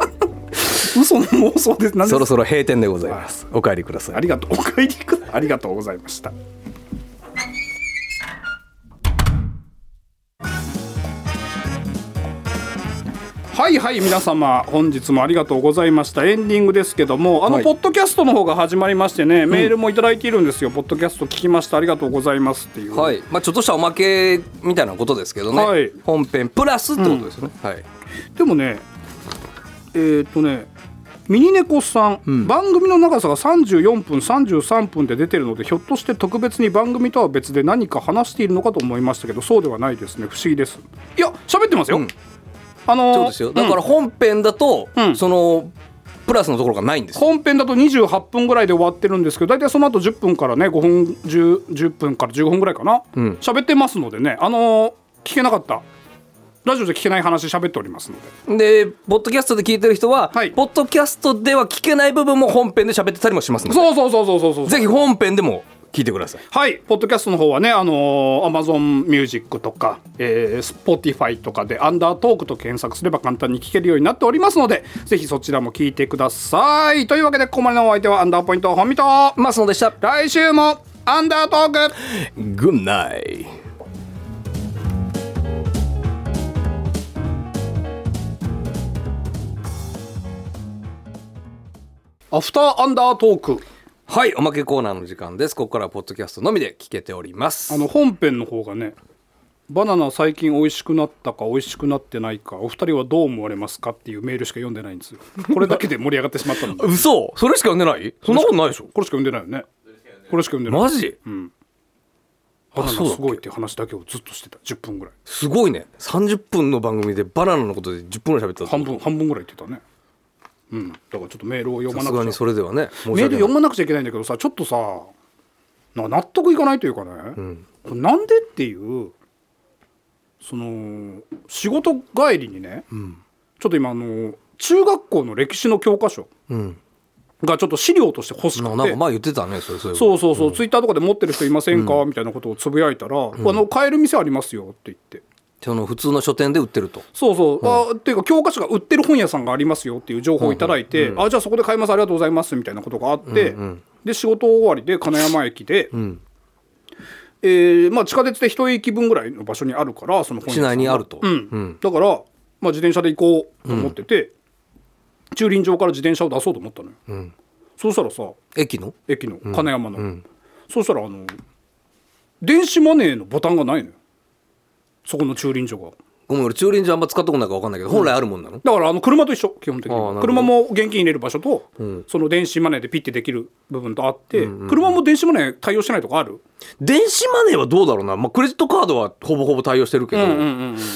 C: 嘘の妄想でなんで
D: そろそろ閉店でございますお帰りください
C: ありがとうお帰りくだありがとうございましたはいはい皆様本日もありがとうございましたエンディングですけどもあの
D: はい
C: ポッドキャストの方が始まりましてね、メールもいただいているんですよ、ポッドキャスト聞きましたありがとうございますっていう、
D: はい、まあ、ちょっとしたおまけみたいなことですけどね、
C: はい
D: 本編プラスってことですよね、はい、
C: でもねえーっ、とねミニネコさん、番組の長さが34分33分で出てるのでひょっとして特別に番組とは別で何か話しているのかと思いましたけどそうではないですね不思議ですいや喋ってますよ、
D: うん
C: あのー
D: そうですよだ
C: ん
D: から本編だと、
C: ん
D: そのプラスのところがないんですよ
C: 本編だと28分ぐらいで終わってるんですけど大体その後10分からね5分 10, 10分から15分ぐらいかな
D: うん
C: 喋、ってますのでねあのー聞けなかったラジオで聞けない話喋っておりますので
D: でポッドキャストで聞いてる人は、
C: はい
D: ポッドキャストでは聞けない部分も本編で喋ってたりもしますので
C: そうそうそうそうそうそう
D: ぜひ本編でも聞いてください
C: はい、ポッドキャストの方はね、あのー、Amazon Music とか、えー、Spotify とかで、アンダートークと検索すれば簡単に聞けるようになっておりますので、ぜひそちらも聞いてください。というわけで、ここまでのお相手は、アンダーポイント、本見と、
D: マスノでした
C: 来週も、アンダートーク
D: Good night
C: アフターアンダートーク。
D: はいおまけコーナーの時間ですここからはポッドキャストのみで聞けております
C: あの、本編の方がね、バナナ最近美味しくなったか美味しくなってないか、お二人はどう思われますかっていうメールしか読んでないんですよ。これだけで盛り上がってしま ったので。
D: 嘘それしか読んでないそんなことないでしょ
C: これしか読んでないよね。これしか読んでない。
D: マジ、
C: バナナ
D: そうだっ
C: す
D: け
C: ごいっていう話だけをずっとしてた10分ぐらい
D: すごいね30分の番組でバナナのことで10分ぐらい喋ってた
C: 半分半分ぐらい言ってたねうんだからちょっとメールを読まな
D: さすが
C: く
D: に
C: ちゃ
D: それではね申し
C: メール
D: 訳
C: 読
D: ない
C: まなくちゃいけないんだけどさちょっとさな納得いかないというかね、これなんでっていうその仕事帰りにね、ちょっと今あの中学校の歴史の教科書がちょっと資料として欲しく
D: な
C: て
D: なんか前言ってたねそれそれ
C: そうそうそう、ツイッターとかで持ってる人いませんか、みたいなことをつぶやいたら、あの買える店ありますよって言って
D: その普通の書店で売ってると
C: そうそう、あっていうか教科書が売ってる本屋さんがありますよっていう情報をいただいて、あじゃあそこで買いますありがとうございますみたいなことがあって、で仕事終わりで金山駅で、えーまあ、地下鉄で一駅分ぐらいの場所にあるからその本屋
D: 市
C: さんが
D: 内にあると、
C: うんだから、まあ、自転車で行こうと思ってて、駐輪場から自転車を出そうと思ったのよ、そうしたらさ
D: 駅の
C: 駅の金山の、そうしたらあの電子マネーのボタンがないのよそこの駐輪場が
D: ごめん俺駐輪場あんま使ったことないから分かんないけど、本来あるもんなの
C: だからあの車と一緒基本的に
D: ああなるほど
C: は車も現金入れる場所と、その電子マネーでピッてできる部分とあって、車も電子マネー対応してないとかある
D: 電子マネーはどうだろうな、まあ、クレジットカードはほぼほぼ対応してるけど、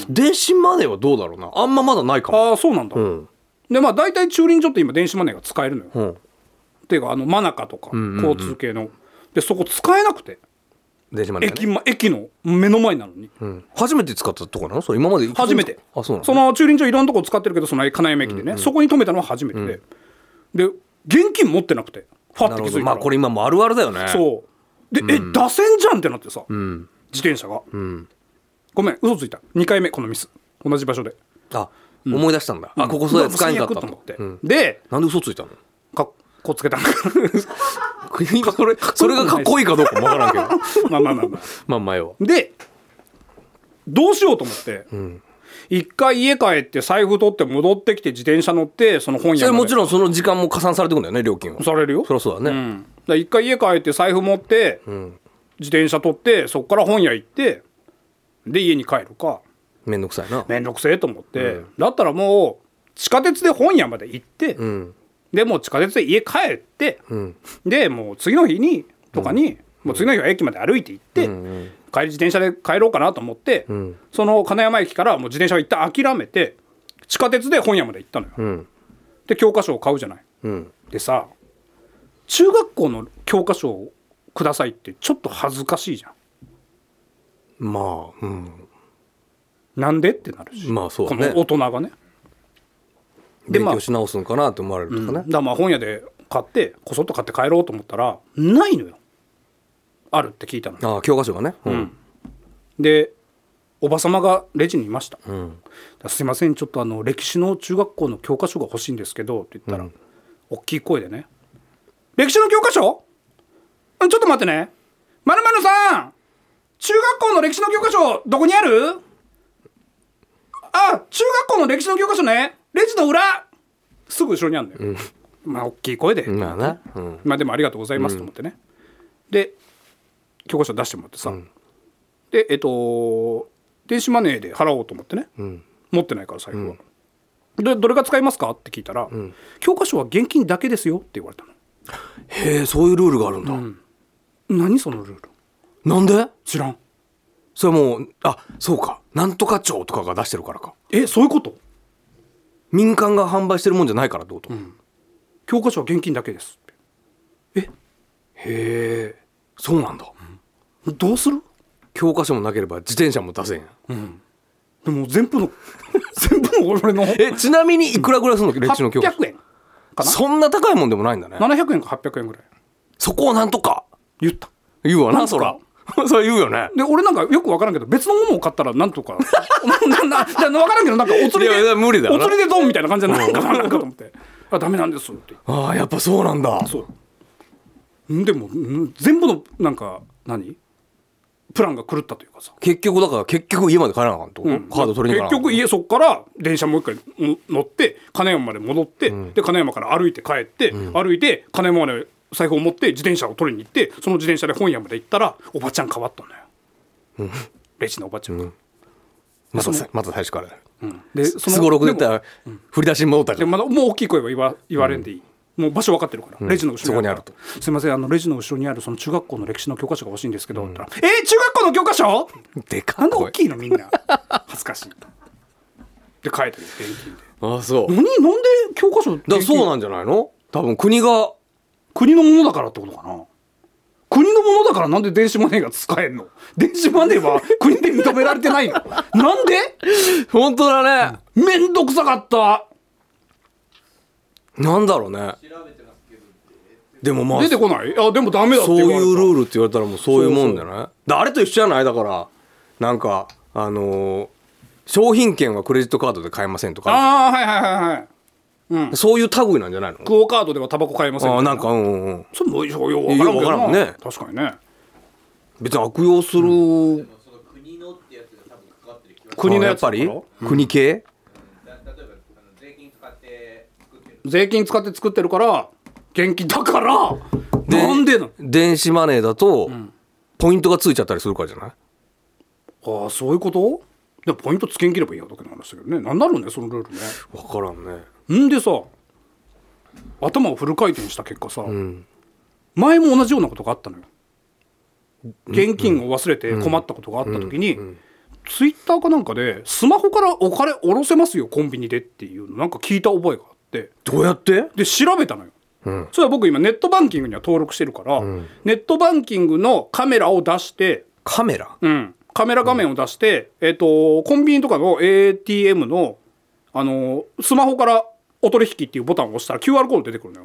D: 電子マネーはどうだろうなあんままだないかも
C: ああそうなんだ、
D: ん
C: でまあ大体駐輪場って今電子マネーが使えるのよ、
D: うん
C: っていうかあのマナカとか交通系の、でそこ使えなくて
D: 電子マネー、
C: 駅,、
D: ね
C: ま、駅の目の前なのに
D: うん、初めて使ったとこなのそれ今まで
C: 初めて
D: あそうなの
C: の駐輪場いろんなとこ使ってるけどその金山駅でね、そこに止めたのは初めてで、で現金持ってなくてファッ
D: な
C: て
D: る
C: 気
D: ほ
C: づいた
D: ど
C: ら
D: まあこれ今もあるあるだよね
C: そうで、え打線じゃんってなってさ、自転車が、ごめん嘘ついた2回目このミス同じ場所で
D: あ、思い出したんだあここそうや使えんかった
C: わ
D: と
C: 最悪思って、
D: うん
C: で
D: なんで嘘ついたの
C: かっこつけた んか
D: 今それそれがかっこいいかどうかもわからんけ ど
C: まあまあまあまあ
D: まあ前は
C: でどうしようと思って、一回家帰って財布取って戻ってきて自転車乗ってその本
D: そ
C: 屋
D: れ
C: まで
D: もちろんその時間も加算されてくんだよね料金は
C: されるよ
D: そりゃそうだね、
C: うんだから一回家帰って財布持って、自転車取ってそこから本屋行ってで家に帰るか
D: めんどくさいな
C: 面倒くせえと思って、だったらもう地下鉄で本屋まで行って、でもう地下鉄で家帰って、でもう次の日にとかに、もう次の日は駅まで歩いて行って、帰り自転車で帰ろうかなと思って、その金山駅からもう自転車を一旦諦めて地下鉄で本屋まで行ったのよ。で教科書を買うじゃない。
D: うん
C: でさ中学校の教科書をくださいってちょっと恥ずかしいじゃん。
D: まあうん
C: なんでってなるし、
D: まあそう
C: こ
D: だ
C: の
D: ね
C: 大人がね。で
D: 勉
C: まあ
D: 強し直すんかなって思われるとか
C: だか、
D: ね
C: らまあ本屋で買ってこそっと買って帰ろうと思ったらないのよあるって聞いたの
D: ああ教科書がね、うん
C: でおばさまがレジにいました「だからすいませんちょっとあの歴史の中学校の教科書が欲しいんですけど」って言ったら、大きい声でね「歴史の教科書うんちょっと待ってねまるまるさん中学校の歴史の教科書どこにあるあ中学校の歴史の教科書ねレジの裏すぐ後ろにあるんだよ、まあ大きい声で、
D: まあな、うん、
C: まあでもありがとうございますと思ってね、で教科書出してもらってさ、でえっと電子マネーで払おうと思ってね、持ってないから財布は、でどれが使いますかって聞いたら、教科書は現金だけですよって言われたの
D: へえそういうルールがあるんだ、
C: 何そのルール
D: なんで
C: 知らん
D: それはもうあそうかなんとか庁とかが出してるからか
C: えそういうこと
D: 民間が販売してるもんじゃないからってこと、
C: 教科書は現金だけですって
D: へえそうなんだ、
C: どうする
D: 教科書もなければ自転車も出せんやん
C: でも全部の 全部の俺の
D: えちなみにいくらぐらいするの歴史の教科書
C: 800円かな
D: そんな高いもんでもないんだね
C: 700円か800円ぐらい
D: そこをなんとか
C: 言った
D: 言うわ
C: な
D: なんそ
C: と
D: ら
C: か
D: それ言うよね
C: で俺なんかよく分からんけど別のものを買ったらなんとか ななな分からんけどなんかお釣り
D: いやい
C: で
D: や無理だよ
C: お
D: な
C: 釣りでドンみたいな感じじゃないかななんかと思って「あダメなんです」って
D: ああやっぱそうなんだ
C: そううんでもうん全部のなんか何プランが狂ったというかさ、
D: 結局だから結局家まで帰らなあかんと、カード取りに
C: 結
D: 行かなあかん
C: 局家そっから電車もう一回うん乗って金山まで戻って、で金山から歩いて帰って、歩いて金山まで財布を持って自転車を取りに行ってその自転車で本屋まで行ったらおばちゃん変わったんだよ、レジのおばちゃんが、
D: またさまた最初から
C: でその
D: すごろくで言っ
C: で
D: た
C: も
D: ら振り出しに戻ったか
C: で
D: ら
C: もまだもう大きい声は言わ言われんでいい、もう場所分かってるから、レジの後ろ
D: そこに
C: すいませんあのレジの後ろにあるその中学校の歴史の教科書が欲しいんですけど、って言ったらえー中学校の教科書
D: で
C: ない
D: か
C: んで大
D: 声
C: きいのみん な恥ずかしいで書いてる現金で
D: ああそう
C: 何なんで教科書
D: だからそう
C: う
D: なんじゃないの多分国が
C: 国のものだからってことかな国のものだからなんで電子マネーが使えんの電子マネー は国で認められてないのなんで
D: 本当だね、
C: めんどくさかった
D: なんだろうねでもまあ
C: 出てこないあでもダメだって
D: そう
C: 言われ
D: い
C: た
D: うルールって言われたらもうそういうもんじゃないだあれと一緒じゃないだからなんかあのー商品券はクレジットカードで買えませんとか
C: ああはいはいはいはい
D: そういう類なんじゃないの
C: クオカードではタバコ買えません
D: あ
C: み
D: あ
C: たい
D: ーなんかうんうんうん
C: それもよう分からんけど
D: ようわからんもん
C: な
D: ね
C: 確かにね
D: 別に悪用する、
C: 国のや
D: っ
C: つ
D: ぱ
C: だ
D: り
C: から
D: 国系
C: 税金使って作ってるから現金だから
D: で
C: なんでなの
D: 電子マネーだとポイントがついちゃったりするからじゃない
C: ああそういうことでポイントつけんければいいやだけの話だけどねなんだろうねそのルールね
D: 分からんね
C: んでさ頭をフル回転した結果さ、前も同じようなことがあったのよ現金を忘れて困ったことがあった時に、ツイッターかなんかでスマホからお金下ろせますよコンビニでっていうのなんか聞いた覚えがあって
D: どうやって
C: で調べたのよ、それは僕今ネットバンキングには登録してるから、ネットバンキングのカメラを出して
D: カメラ
C: うん、カメラ画面を出して、えっとコンビニとかの ATM の、あのスマホからお取引っていうボタンを押したら QR コード出てくるの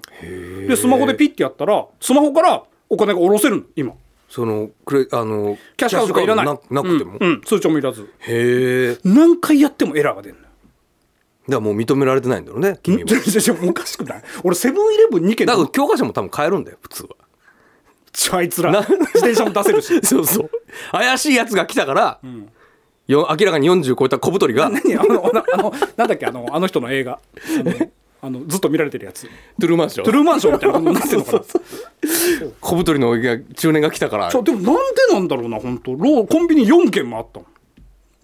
C: よでスマホでピッてやったらスマホからお金が下ろせるの今
D: そのクレあの
C: キャッシュカードとかいらない
D: キャッシュカードなくても、
C: うんうん通帳もいらず
D: へえだか
C: 何回やってもエラーが出るの よ
D: らもう認められてないんだろうね君は
C: 全然おかしくない 俺セブンイレブン2件
D: だから教科書も多分変えるんだよ普通は
C: あいつら自転車も出せるし
D: そうそう怪しいやつが来たから、よ明らかに40超えた小太り が
C: 何あのあのあのなんだっけあのあの人の映画あのあのずっと見られてるやつ
D: トゥルーマンション
C: トゥルーマンションみたいなことになってるのかな
D: 小太りの中年が来たから
C: そうでもなんでなんだろうな本当ローコンビニ4軒もあったの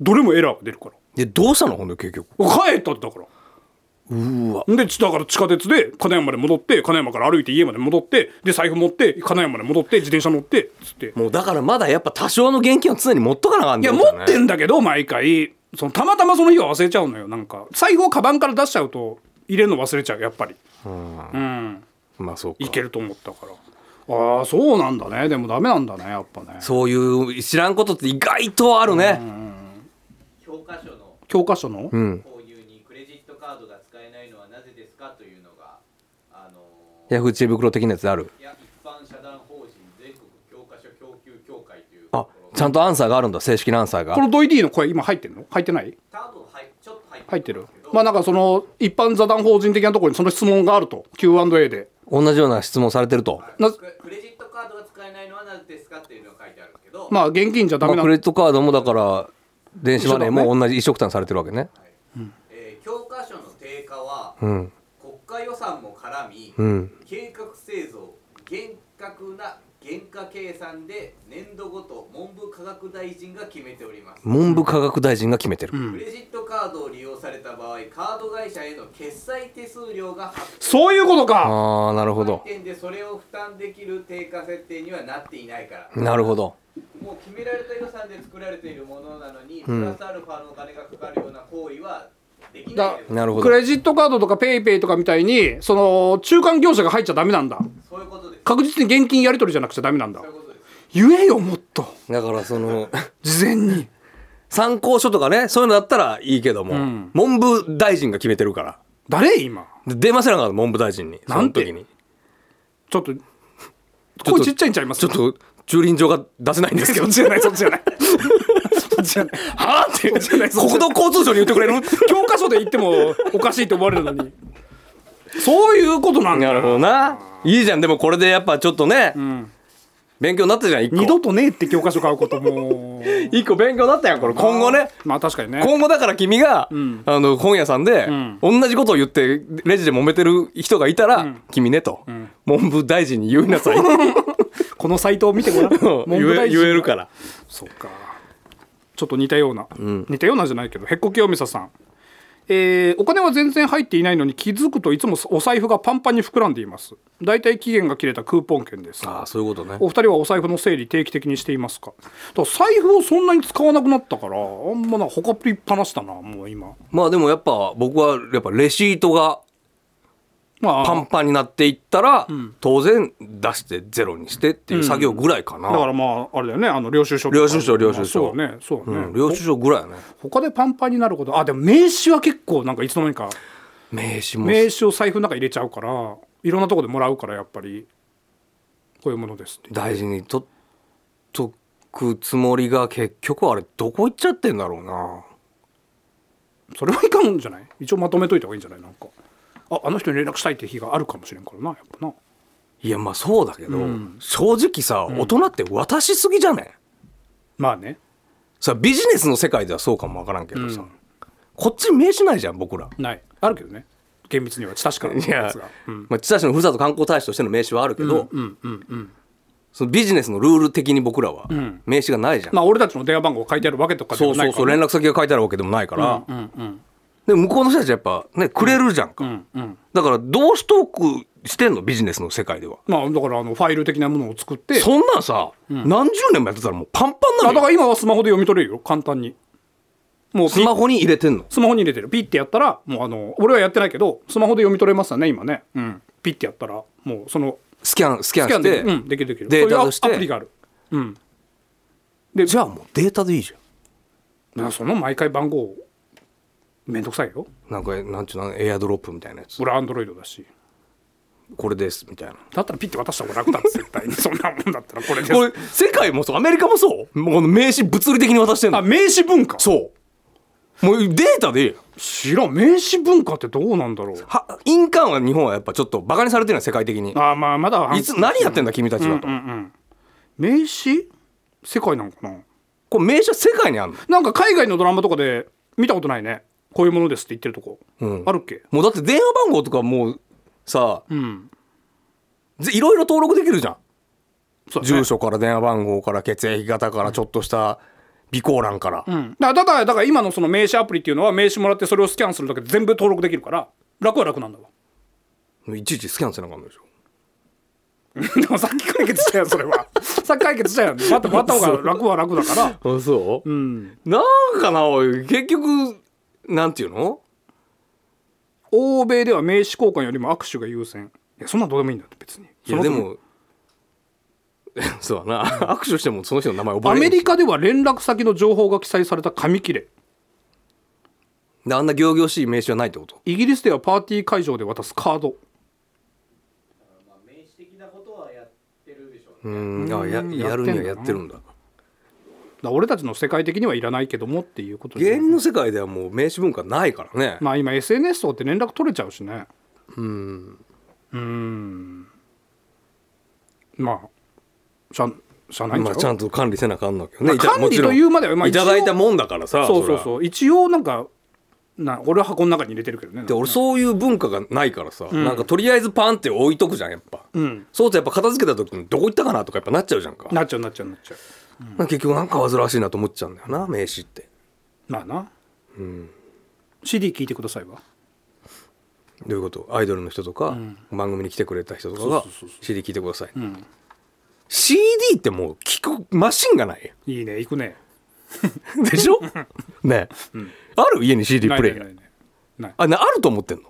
C: どれもエラーが出るから
D: でどうしたのほんで結局
C: 帰ったってだから
D: うわ
C: でちだから地下鉄で金山まで戻って金山から歩いて家まで戻ってで財布持って金山まで戻って自転車乗ってつって
D: もうだからまだやっぱ多少の現金を常に持っとかなあかん
C: いや持ってんだけど毎回そのたまたまその日は忘れちゃうのよなんか財布をカバンから出しちゃうと入れるの忘れちゃうやっぱりうん
D: まあそうか
C: いけると思ったからああそうなんだねでもダメなんだねやっぱね
D: そういう知らんことって意外とあるね、
F: 教科書の
C: 教科書の、
F: 購入にクレジットカードが使えないのはなぜですかというのが、あの
D: ヤフー知恵袋的なやつある
F: いや一般社団法人全国教科書供給協会という
D: あちゃんとアンサーがあるんだ正式なアンサーが
C: このドイディの声今入ってんの入ってない
F: 多分はいちょっと入って
C: 入ってるまあなんかその一般座談法人的なところにその質問があると Q&A で
D: 同じような質問されてると、
C: な
F: ククレジットカードが使えないのはなぜですかっていうのが書いてあるんですけど、
C: まあ現金じゃダ
D: ま
C: メな
D: あ、クレジットカードもだから電子マネーも同じ一緒くたにされてるわけね
F: えー教科書の定価は、
D: ん
F: 国家予算も絡み、
D: ん
F: 計画製造厳格な原価計算で年度ごと文部科学大臣が決めております
D: 文部科学大臣が決めてる、
F: クレジットカードを利用された場合カード会社への決済手数料が発
C: そういうことか
D: ああなるほど
F: 生点でそれを負担できる定価設定にはなっていないから
D: なるほど
F: もう決められた予算で作られているものなのに、プラスアルファのお金がかかるような行為はできない
C: だ
F: けど
D: なるほど
C: クレジットカードとかペイペイとかみたいにその中間業者が入っちゃダメなんだ
F: そういうことです
C: 確実に現金やり取りじゃなくちゃダメなんだ
F: そういうことです
C: 言えよもっと
D: だからその
C: 事前に
D: 参考書とかねそういうのだったらいいけども、文部大臣が決めてるから
C: 誰今
D: で出ませなかった文部大臣に
C: なんて
D: その時に
C: ちょっと声ちっちゃいんちゃいます
D: ちょっと駐輪場が出せないんですけ
C: そ
D: ど
C: っちじゃないそっちじゃないそっちじゃない
D: はあって国
C: ゃない
D: 土交通省に言っ てくれる
C: 教科書で言ってもおかしいと思われるのにそういうことなん
D: な
C: だ
D: るほどないいじゃんでもこれでやっぱちょっとね、勉強になったじゃん一個
C: 二度とねえって教科書買うことも
D: 一個勉強になったやんこれ今後ね
C: まあ確かにね
D: 今後だから君が、あの本屋さんで、同じことを言ってレジで揉めてる人がいたら「君ね」と、文部大臣に言いなさい」
C: このサイトを見てごらん
D: 言
C: 文部
D: え
C: 大臣
D: 言えるから
C: そうかちょっと似たような、似たようなじゃないけどへっこきおみささんえーお金は全然入っていないのに気づくといつもお財布がパンパンに膨らんでいますだいたい期限が切れたクーポン券です
D: ああそういうことね
C: お二人はお財布の整理定期的にしていますかだから財布をそんなに使わなくなったからあんまなほかっぴっぱなしだなもう今
D: まあでもやっぱ僕はやっぱレシートが
C: まあ
D: パンパンになっていったら、当然出してゼロにしてっていう作業ぐらいかな、
C: だからまああれだよねあの領収書とか
D: 領収書領収書
C: そうだねそうだね、
D: うん領収書ぐらいやね
C: 他でパンパンになることあでも名刺は結構なんかいつの間にか
D: 名刺も
C: 名刺を財布の中に入れちゃうからいろんなとこでもらうからやっぱりこういうものですって
D: 大事に取っとくつもりが結局あれどこ行っちゃってんだろうな
C: それはいかんじゃない一応まとめといた方がいいんじゃないなんかああの人に連絡したいって日があるかもしれんからなやっぱない
D: やまあそうだけど、正直さ大人って渡しすぎじゃね、ん
C: まあね
D: さビジネスの世界ではそうかもわからんけどさ、こっち名刺ないじゃん僕ら
C: ないあるけどね厳密には親しからの
D: いや
C: やつが、うん、
D: まあ、千田市のふるさと観光大使としての名刺はあるけど、そのビジネスのルール的に僕らは名刺がないじゃん、
C: まあ俺たちの電話番号が書いてあるわけとかで
D: そ
C: も
D: う
C: な
D: そ
C: いうか
D: そう
C: ら
D: 連
C: ね
D: 絡先が書いてあるわけでもないから、
C: うんうん
D: で向こうの人たちはやっぱねくれるじゃんか、
C: うんうん
D: だから同士トークしてんのビジネスの世界では
C: まあだからあのファイル的なものを作って
D: そんなんさ、何十年もやってたらもうパンパ
C: あ
D: ンな
C: だ
D: の
C: か
D: よ
C: ら今はスマホで読み取れるよ簡単にもうピ
D: スマホに入れてんの
C: スマホに入れてるピッてやったらもうあの俺はやってないけどスマホで読み取れますよね今ね、うん、ピッてやったらもうその
D: スキャンスキャ
C: ス
D: ン
C: キャ
D: し
C: ンでう
D: て、
C: ん、できるできる
D: データとし
C: そ
D: て
C: ういうアプリがあるうん
D: じゃあもうデータでいいじゃん
C: まあその毎回番号めんどくさいよ
D: なんかなんちゅうのエアドロップみたいなやつ
C: 俺アンドロイドだし
D: これですみたいな
C: だったらピッて渡した方が楽だって絶対 にそんなもんだったらこれです
D: これ世界もそうアメリカもそうもうこの名刺物理的に渡してん
C: あ
D: の
C: 名刺文化
D: そうもうデータでいいよ
C: 知らん名刺文化ってどうなんだろう
D: は印鑑は日本はやっぱちょっとバカにされてるのよ世界的に
C: あーまあまだ
D: いつ何やってんだ君たちはと、
C: 名刺世界なのかな
D: これ名刺は世界にあるの
C: なんか海外のドラマとかで見たことないねこういうものですって言ってるとこ、
D: うん
C: あるっけ
D: もうだって電話番号とかもうさ
C: うん
D: ぜいろいろ登録できるじゃん
C: そうだね
D: 住所から電話番号から血液型からちょっとした備考欄から、
C: うん、だだからだから今のその名刺アプリっていうのは名刺もらってそれをスキャンするだけで全部登録できるから楽は楽なんだわ
D: いちいちスキャンせなあかんのでしょ
C: でもさっき解決したよそれ はさっき解決したよまたまた方が楽は楽だから
D: あそう、
C: ん
D: なんかなおい結局なんていうの
C: 欧米では名刺交換よりも握手が優先いやそんなんどうでもいいんだって別に
D: いや
C: そ
D: で
C: の
D: も そうだな、 握手してもその人の名前覚え
C: ア
D: れん
C: メリカでは連絡先の情報が記載された紙切れ
D: であんな仰々しい名刺はないってこと
C: イギリスではパーティー会場で渡すカード
F: まあ、名刺的なことはやってるでしょうね
D: うんあや
C: うん
D: やるにはや
C: やっ
D: ってて
C: ん
D: るんだ
C: だから俺たちの世界的にはいらないけどもっていうこと
D: 芸
C: で
D: 人の世界ではもう名刺文化ないからね、
C: まあ今 SNS とかって連絡取れちゃうしねうんまあしゃしゃあないんち
D: ま
C: ゃ
D: あ、
C: う、
D: ちゃんと管理せなあかんのけど
C: ま
D: ね
C: あ
D: いた
C: 管理
D: もちろん
C: というまではまあ
D: いただいたもんだからさ
C: そうそう
D: りゃ
C: そう一応なんかな俺は箱の中に入れてるけどね
D: で俺そういう文化がないからさ、なんかとりあえずパンって置いとくじゃんやっぱ、
C: ん
D: そうするとやっぱ片付けた時にどこ行ったかなとかやっぱなっちゃうじゃんか
C: なっちゃうなっちゃうなっちゃう
D: 結局なんか煩わしいなと思っちゃうんだよな名刺って
C: まあな、CD 聞いてくださいわ
D: どういうことアイドルの人とか、番組に来てくれた人とかが CD 聞いてください、CD ってもう聞くマシンがないやん
C: いいね行くね
D: でしょねえ、ある家に CD
C: ない
D: プレイ
C: ないないない
D: あなあると思ってんの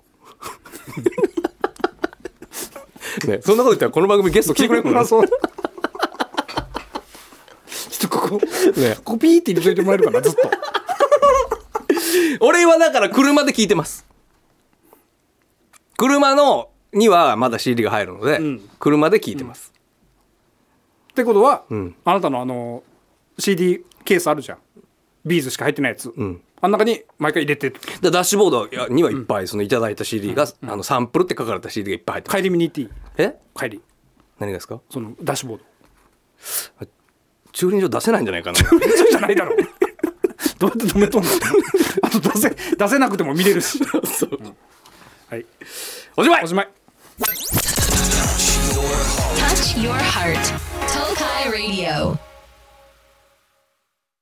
D: ねえそんなこと言ったらこの番組ゲスト来てくれる からそうね
C: ちょっとここ
D: え
C: コピーって入れといてもらえるかなずっと
D: 俺はだから車で聞いてます車のにはまだ CD が入るので、
C: ん
D: 車で聞いてます、
C: ってことは、
D: ん
C: あなたのあの CD ケースあるじゃんビーズしか入ってないやつ、
D: ん
C: あん中に毎回入れて
D: でダッシュボードにはいっぱいそのいただいた CD が、あのサンプルって書かれた CD がいっぱい入ってます、
C: 帰り見に行っていい
D: え
C: 帰り
D: 何がですか
C: そのダッシュボード
D: 駐輪場出せないんじゃないかな
C: そうじゃないだ ろうどうやって止めとんのあと出せ出せなくても見れるしうんはい
D: おしまい
C: おしまい
B: Touch your heart. Tokai Radio.